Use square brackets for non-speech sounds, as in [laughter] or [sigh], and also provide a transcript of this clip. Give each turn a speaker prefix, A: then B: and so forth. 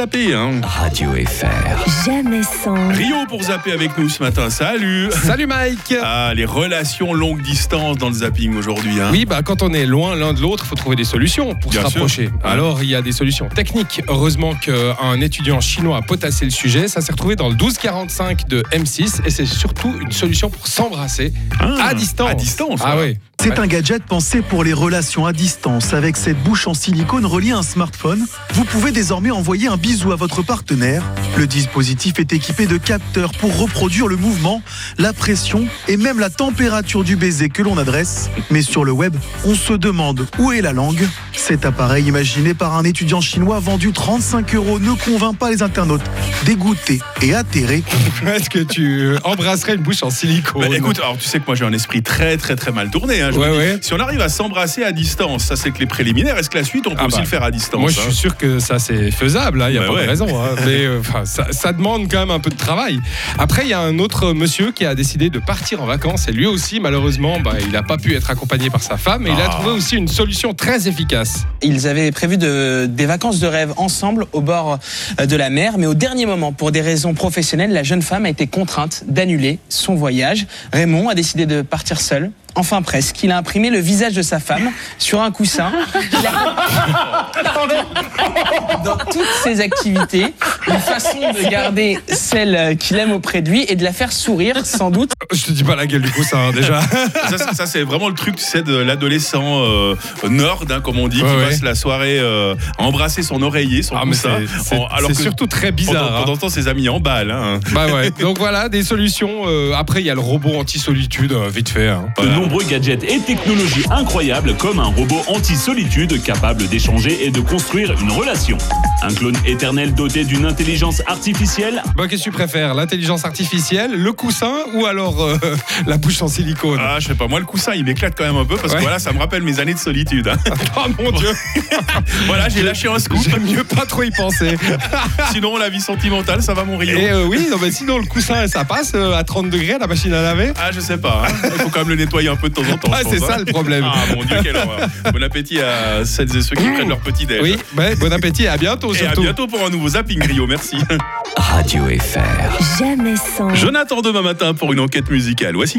A: Zapper, hein.
B: Radio FR.
C: Jamais sans.
A: Rio pour zapper avec nous ce matin. Salut
D: Salut Mike
A: Ah, les relations longue distance dans le zapping aujourd'hui. Hein.
D: Oui, bah, quand on est loin l'un de l'autre, il faut trouver des solutions pour
A: Bien
D: se
A: sûr.
D: rapprocher. Alors, il y a des solutions techniques. Heureusement qu'un étudiant chinois a potassé le sujet. Ça s'est retrouvé dans le 1245 de M6 et c'est surtout une solution pour s'embrasser
A: Ah,
D: à distance.
A: À distance.
D: Ah
A: ouais.
D: oui.
E: C'est un gadget pensé pour les relations à distance. Avec cette bouche en silicone reliée à un smartphone, vous pouvez désormais envoyer un bisou à votre partenaire. Le dispositif est équipé de capteurs pour reproduire le mouvement, la pression et même la température du baiser que l'on adresse. Mais sur le web, on se demande où est la langue. Cet appareil imaginé par un étudiant chinois vendu 35 euros ne convainc pas les internautes dégoûtés et atterrés.
D: [laughs] Est-ce que tu embrasserais une bouche en silicone
A: Bah, écoute, alors tu sais que moi j'ai un esprit très très très mal tourné. hein, je
D: Ouais,
A: me dis.
D: ouais.
A: Si on arrive à s'embrasser à distance, ça c'est que les préliminaires. Est-ce que la suite on peut
D: Ah
A: aussi
D: bah,
A: le faire à distance
D: moi, je
A: hein
D: suis sûr que ça, c'est faisable. hein, Il n'y a
A: Bah
D: pas
A: ouais.
D: de raison.
A: [laughs]
D: hein, mais euh, enfin, ça, ça demande quand même un peu de travail. Après, il y a un autre monsieur qui a décidé de partir en vacances. Et lui aussi, malheureusement, bah, il n'a pas pu être accompagné par sa femme. Et il a
A: Ah.
D: trouvé aussi une solution très efficace.
F: Ils avaient prévu de- des vacances de rêve ensemble au bord euh, de la mer, mais au dernier moment, pour des raisons professionnelles, la jeune femme a été contrainte d'annuler son voyage. Raymond a décidé de partir seul. Enfin presque, il a imprimé le visage de sa femme sur un coussin. Il a- Dans toutes ses activités, une façon de garder celle qu'il aime auprès de lui et de la faire sourire sans doute.
D: Je te dis pas la gueule du coussin, hein,
A: [laughs]
D: déjà.
A: Ça, c'est- ça, c'est vraiment le truc, tu sais, de l'adolescent euh, nord, hein, comme on dit, qui
D: Ouais,
A: passe
D: ouais.
A: la soirée euh, à embrasser son oreiller, son
D: Ah, mais
A: coussin.
D: c'est- c'est
A: en- alors
D: c'est
A: que
D: surtout très bizarre.
A: Pendant,
D: hein.
A: pendant ce temps, ses amis en balle. hein.
D: Bah
A: [laughs]
D: ouais. Donc voilà, des solutions. euh, après, il y a le robot anti-solitude, euh, vite fait. hein.
G: De nombreux gadgets et technologies incroyables comme un robot anti-solitude capable d'échanger et de construire une relation. Un clone éternel doté d'une intelligence artificielle.
D: Bah, qu'est-ce que tu préfères L'intelligence artificielle, le coussin ou alors euh, [laughs] la bouche en silicone
A: Ah, je sais pas, moi le coussin il m'éclate quand même un peu parce que
D: Ouais.
A: voilà, ça me rappelle mes années de solitude.
D: [laughs]
A: hein.
D: Oh mon dieu
A: voilà, j'ai lâché un scoop.
D: J'aime mieux pas trop
A: [laughs]
D: y penser.
A: Sinon, la vie sentimentale, ça va mourir.
D: Et euh, oui, non, mais sinon le coussin ça passe euh, à 30 degrés la machine à laver.
A: Ah, je sais pas. hein. Il faut quand même le nettoyer un peu de temps en temps.
D: Ah,
A: je
D: c'est
A: pense,
D: ça
A: hein.
D: le problème.
A: Ah, mon Dieu, quelle horreur. Bon appétit à celles et ceux qui prennent leur petit déj.
D: Oui, ouais, bon appétit et à bientôt
A: Et à
D: surtout.
A: bientôt pour un nouveau zapping, Rio.
D: [laughs]
A: Merci.
B: Radio FR.
C: Jamais sans.
A: Jonathan demain matin pour une enquête musicale. Voici